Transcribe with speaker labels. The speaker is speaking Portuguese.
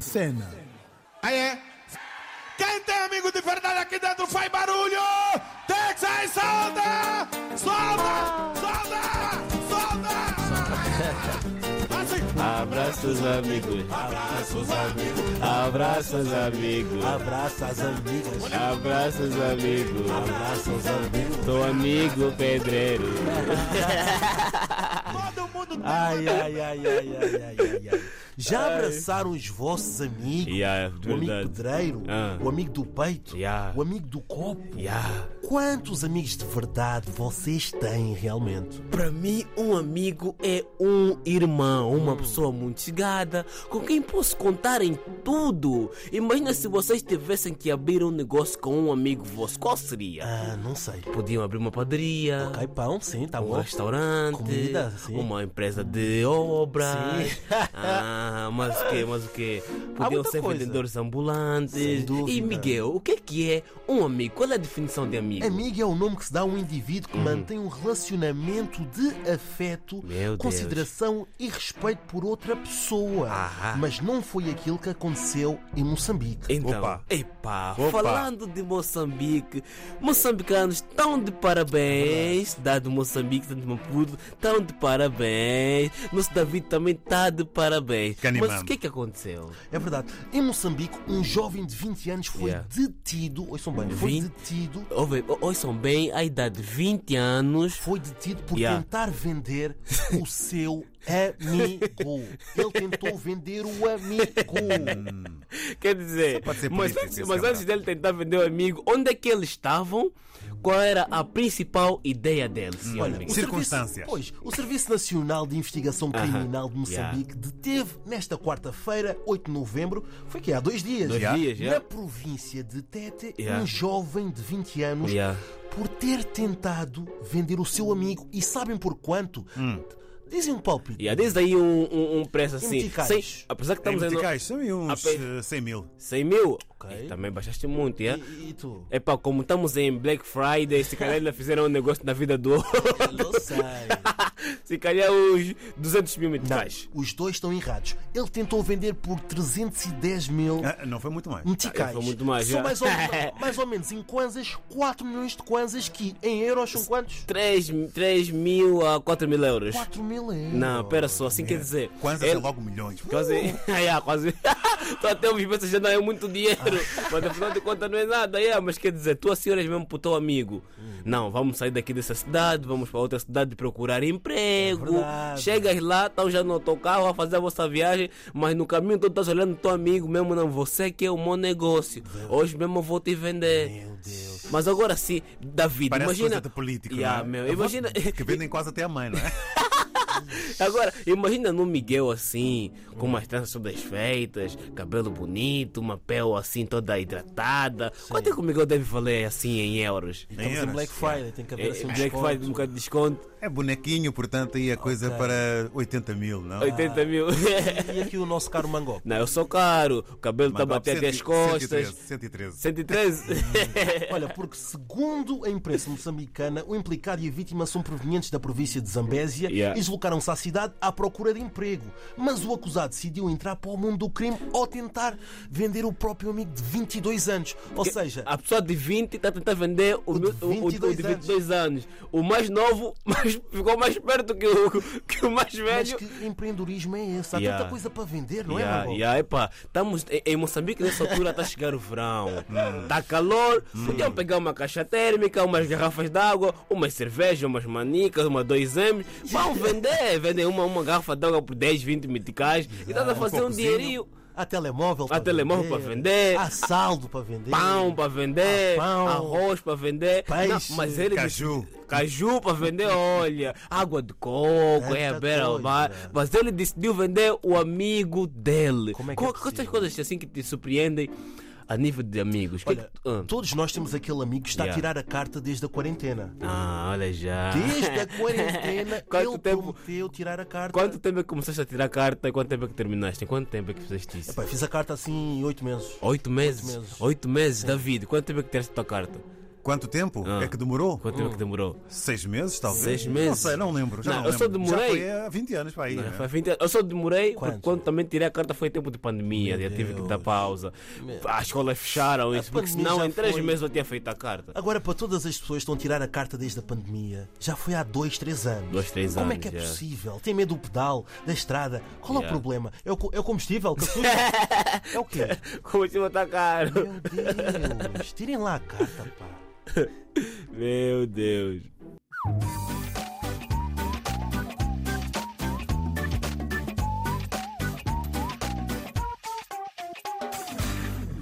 Speaker 1: Senna.
Speaker 2: Aí é. Quem tem amigo de verdade aqui dentro faz barulho! Texas, solta! Solta! Solta! Solta! Assim.
Speaker 3: Abraça os amigos,
Speaker 2: Abraça os amigos,
Speaker 3: abraça os amigos,
Speaker 4: Abraça as
Speaker 2: É
Speaker 4: amigas,
Speaker 3: abraça os amigos.
Speaker 4: abraça os amigos.
Speaker 3: Teu amigo pedreiro.
Speaker 2: todo mundo tem
Speaker 4: Ai, ai, ai, ai, ai, ai, ai, ai. Já abraçaram os vossos amigos?
Speaker 3: Yeah,
Speaker 4: O amigo
Speaker 3: verdade.
Speaker 4: pedreiro,
Speaker 3: Ah.
Speaker 4: o amigo do peito,
Speaker 3: Yeah.
Speaker 4: o amigo do copo.
Speaker 3: Yeah.
Speaker 4: Quantos amigos de verdade vocês têm realmente?
Speaker 5: Para mim, um amigo é um irmão,
Speaker 4: Hum.
Speaker 5: uma pessoa muito chegada, com quem posso contar em tudo. Imagina se vocês tivessem que abrir um negócio com um amigo vosso, qual seria?
Speaker 4: Ah, não sei.
Speaker 5: Podiam abrir uma padaria,
Speaker 4: Ok, pão, sim, tá
Speaker 5: um
Speaker 4: bom.
Speaker 5: restaurante, um
Speaker 4: Comida, sim.
Speaker 5: uma empresa de obras.
Speaker 4: Sim.
Speaker 5: ah, mas o quê? Mas o quê?
Speaker 4: Há
Speaker 5: Podiam
Speaker 4: muita
Speaker 5: ser
Speaker 4: coisa.
Speaker 5: vendedores ambulantes.
Speaker 4: Sem dúvida.
Speaker 5: E Miguel, o que é que é um amigo? Qual é a definição de amigo? Hum.
Speaker 4: Amigo é o nome que se dá a um indivíduo que mantém um relacionamento de afeto,
Speaker 5: Meu Deus.
Speaker 4: consideração e respeito por outra pessoa.
Speaker 5: Ahá.
Speaker 4: Mas não foi aquilo que aconteceu em Moçambique.
Speaker 5: Então,
Speaker 3: Opa.
Speaker 5: epá,
Speaker 3: Opa.
Speaker 5: falando de Moçambique, moçambicanos estão de parabéns, cidade de Moçambique, cidade de Maputo, estão de parabéns, nosso David também está de parabéns.
Speaker 2: Que animamos.
Speaker 5: Mas o que é que aconteceu?
Speaker 4: É verdade. Em Moçambique, um jovem de 20 anos foi
Speaker 5: Yeah.
Speaker 4: detido. Ouçam bem, foi
Speaker 5: 20?
Speaker 4: detido.
Speaker 5: Ouve, o- ouçam bem, a idade de 20 anos,
Speaker 4: Foi detido por
Speaker 5: Yeah.
Speaker 4: tentar vender o seu amigo. Ele tentou vender o amigo.
Speaker 5: quer dizer,
Speaker 2: pode ser
Speaker 5: mas,
Speaker 2: político,
Speaker 5: antes,
Speaker 2: isso é
Speaker 5: mas antes dele tentar vender o amigo, onde é que eles estavam? Qual era a principal ideia dele, senhor
Speaker 4: Olha, o
Speaker 5: Miguel?
Speaker 2: Circunstâncias.
Speaker 4: Serviço, pois, o Serviço Nacional de Investigação Criminal de Moçambique deteve nesta quarta-feira, 8 de novembro, foi que há dois dias,
Speaker 5: Dois
Speaker 4: já,
Speaker 5: dias, já.
Speaker 4: na província de Tete,
Speaker 5: Yeah.
Speaker 4: um jovem de 20 anos
Speaker 5: Yeah.
Speaker 4: por ter tentado vender o seu amigo. E sabem por quanto? Dizem um palpite.
Speaker 5: Hum. Yeah, diz aí um, um, um preço assim,
Speaker 4: Meticais.
Speaker 5: sem, apesar que estamos
Speaker 2: Em
Speaker 5: aí no-
Speaker 2: meticais, são aí uns
Speaker 5: Ape-
Speaker 2: eh, 100 mil.
Speaker 5: 100 mil?
Speaker 4: Ok.
Speaker 5: Eh, Também baixaste muito, é?
Speaker 4: E, e tu?
Speaker 5: É pá, como estamos em Black Friday, se calhar ainda fizeram um negócio na vida do outro.
Speaker 4: Não sei.
Speaker 5: se calhar os 200 mil meticais.
Speaker 4: Os dois estão errados. Ele tentou vender por 310 mil
Speaker 2: Ah, não foi muito mais.
Speaker 4: meticais.
Speaker 5: Ah, foi muito mais,
Speaker 4: Que são
Speaker 5: já.
Speaker 4: mais ou, mais ou menos em kwanzas 4 milhões de kwanzas que em euros são quantos?
Speaker 5: 3, mil a 4 mil euros.
Speaker 4: 4 mil euros.
Speaker 5: Não, pera só, assim quer dizer.
Speaker 2: Quantos é
Speaker 5: ele-
Speaker 2: logo milhões?
Speaker 5: Quase. Ah, yeah, quase. Tô até ouvindo pensando já não é muito dinheiro.
Speaker 2: Ah.
Speaker 5: Mas afinal de contas não é nada. Yeah, mas quer dizer, tu assim olhas mesmo pro teu amigo.
Speaker 2: Hum.
Speaker 5: Não, vamos sair daqui dessa cidade, vamos para outra cidade procurar
Speaker 4: É
Speaker 5: emprego.
Speaker 4: verdade.
Speaker 5: Chegas lá, estão já no teu carro a fazer a vossa viagem, mas no caminho tu estás olhando pro teu amigo mesmo, não. Você que é o meu negócio. Hoje mesmo eu vou te vender.
Speaker 4: Meu Deus.
Speaker 5: Mas agora sim, David,
Speaker 2: Parece
Speaker 5: imagina.
Speaker 2: coisa de político,
Speaker 5: Yeah,
Speaker 2: não é?
Speaker 5: meu, imagina.
Speaker 2: Que vendem quase até a mãe, não é?
Speaker 5: Agora, imagina no Miguel assim, com umas tranças todas feitas, cabelo bonito, uma pele assim toda hidratada. Quanto é que o Miguel deve valer assim em euros?
Speaker 4: Estamos em
Speaker 2: euros,
Speaker 4: Black Friday, tem que haver assim um
Speaker 5: Onde é que vai um
Speaker 4: desconto.
Speaker 5: bocado de desconto?
Speaker 2: É bonequinho, portanto, aí a coisa para 80 mil, não? é?
Speaker 4: Ah.
Speaker 5: 80 mil.
Speaker 4: E aqui o nosso caro Mangó.
Speaker 5: Não, eu sou caro, o cabelo está a
Speaker 2: Mandou
Speaker 5: bater até as
Speaker 2: 113,
Speaker 5: costas.
Speaker 2: 113.
Speaker 5: 113?
Speaker 4: Olha, porque segundo a imprensa moçambicana, o implicado e a vítima são provenientes da província de Zambésia
Speaker 5: Yeah.
Speaker 4: e deslocaram-se à cidade à procura de emprego. Mas o acusado decidiu entrar para o mundo do crime ao tentar vender o próprio amigo de 22 anos. Ou seja,
Speaker 5: A pessoa de 20 está a tentar vender o,
Speaker 4: O de
Speaker 5: meu- o- o- o de
Speaker 4: 22
Speaker 5: 22 anos. O mais novo mas ficou mais perto que o, que o mais
Speaker 4: mas
Speaker 5: velho.
Speaker 4: que empreendedorismo é esse? Há
Speaker 5: Yeah.
Speaker 4: tanta coisa para vender, não é,
Speaker 5: yeah,
Speaker 4: Mangó?
Speaker 5: yeah, epá, estamos em- em Moçambique nessa altura está a chegar o verão.
Speaker 4: Hum.
Speaker 5: Está calor, podiam pegar uma caixa térmica, umas garrafas d'água, umas cervejas, umas manicas, uma 2M. Vão vender, vendem uma, uma garrafa d'água por 10, 20 meticais e estás a fazer um
Speaker 2: cocozinho.
Speaker 5: dinheirinho.
Speaker 4: Há telemóvel para
Speaker 5: telemóvel
Speaker 4: vender.
Speaker 5: para vender.
Speaker 4: Há saldo para vender.
Speaker 5: Pão para vender,
Speaker 4: Ah, pão.
Speaker 5: arroz para vender,
Speaker 4: Peixe.
Speaker 5: mas ele
Speaker 2: Caju.
Speaker 5: dec- caju para vender, olha, água de coco, é a
Speaker 4: Tanta
Speaker 5: beira ao mar.
Speaker 4: coisa.
Speaker 5: Mas ele decidiu vender o amigo dele.
Speaker 4: Como é que
Speaker 5: Co-
Speaker 4: é
Speaker 5: Quantas
Speaker 4: possível?
Speaker 5: coisas assim que te surpreendem a nível de amigos? Que é
Speaker 4: Olha,
Speaker 5: que tu- ah.
Speaker 4: todos nós temos aquele amigo que está
Speaker 5: Yeah.
Speaker 4: a tirar a carta desde a quarentena.
Speaker 5: Ah, olha já.
Speaker 4: Desde a quarentena,
Speaker 5: Quanto
Speaker 4: ele
Speaker 5: tempo-
Speaker 4: prometeu tirar a carta.
Speaker 5: Quanto tempo é que começaste a tirar a carta e quanto tempo é que terminaste? Em quanto tempo é que fizeste isso?
Speaker 4: Pá, fiz a carta assim em oito meses.
Speaker 5: Oito meses?
Speaker 4: meses.
Speaker 5: Oito meses, David. Quanto tempo é que tiraste a tua carta?
Speaker 1: Quanto tempo
Speaker 5: Ah.
Speaker 1: é que demorou?
Speaker 5: Quanto tempo que demorou?
Speaker 1: Seis meses, talvez?
Speaker 5: Seis
Speaker 1: Não
Speaker 5: meses.
Speaker 1: sei, não lembro. Já
Speaker 5: Não,
Speaker 1: não,
Speaker 5: eu
Speaker 1: lembro.
Speaker 5: só demorei-
Speaker 1: Já foi há 20 anos para aí.
Speaker 5: Não,
Speaker 4: É.
Speaker 2: é?
Speaker 1: né?
Speaker 5: foi 20 anos. Eu só demorei
Speaker 4: Quanto?
Speaker 5: porque quando também tirei a carta foi tempo de pandemia, eu tive que dar pausa. As escolas fecharam isso, porque
Speaker 4: pandemia
Speaker 5: senão
Speaker 4: já
Speaker 5: em 3
Speaker 4: foi.
Speaker 5: meses eu tinha feito a carta.
Speaker 4: Agora, para todas as pessoas que estão a tirar a carta desde a pandemia, já foi há dois, três anos.
Speaker 5: Dois, três
Speaker 4: Como
Speaker 5: anos,
Speaker 4: é que é
Speaker 5: já.
Speaker 4: possível? Tem medo do pedal, da estrada. Qual é o
Speaker 5: Yeah.
Speaker 4: problema? É o, co- é o combustível que assusta? é o quê?
Speaker 5: Como assim tá caro?
Speaker 4: Meu Deus, tirem lá a carta, pá.
Speaker 5: Meu Deus.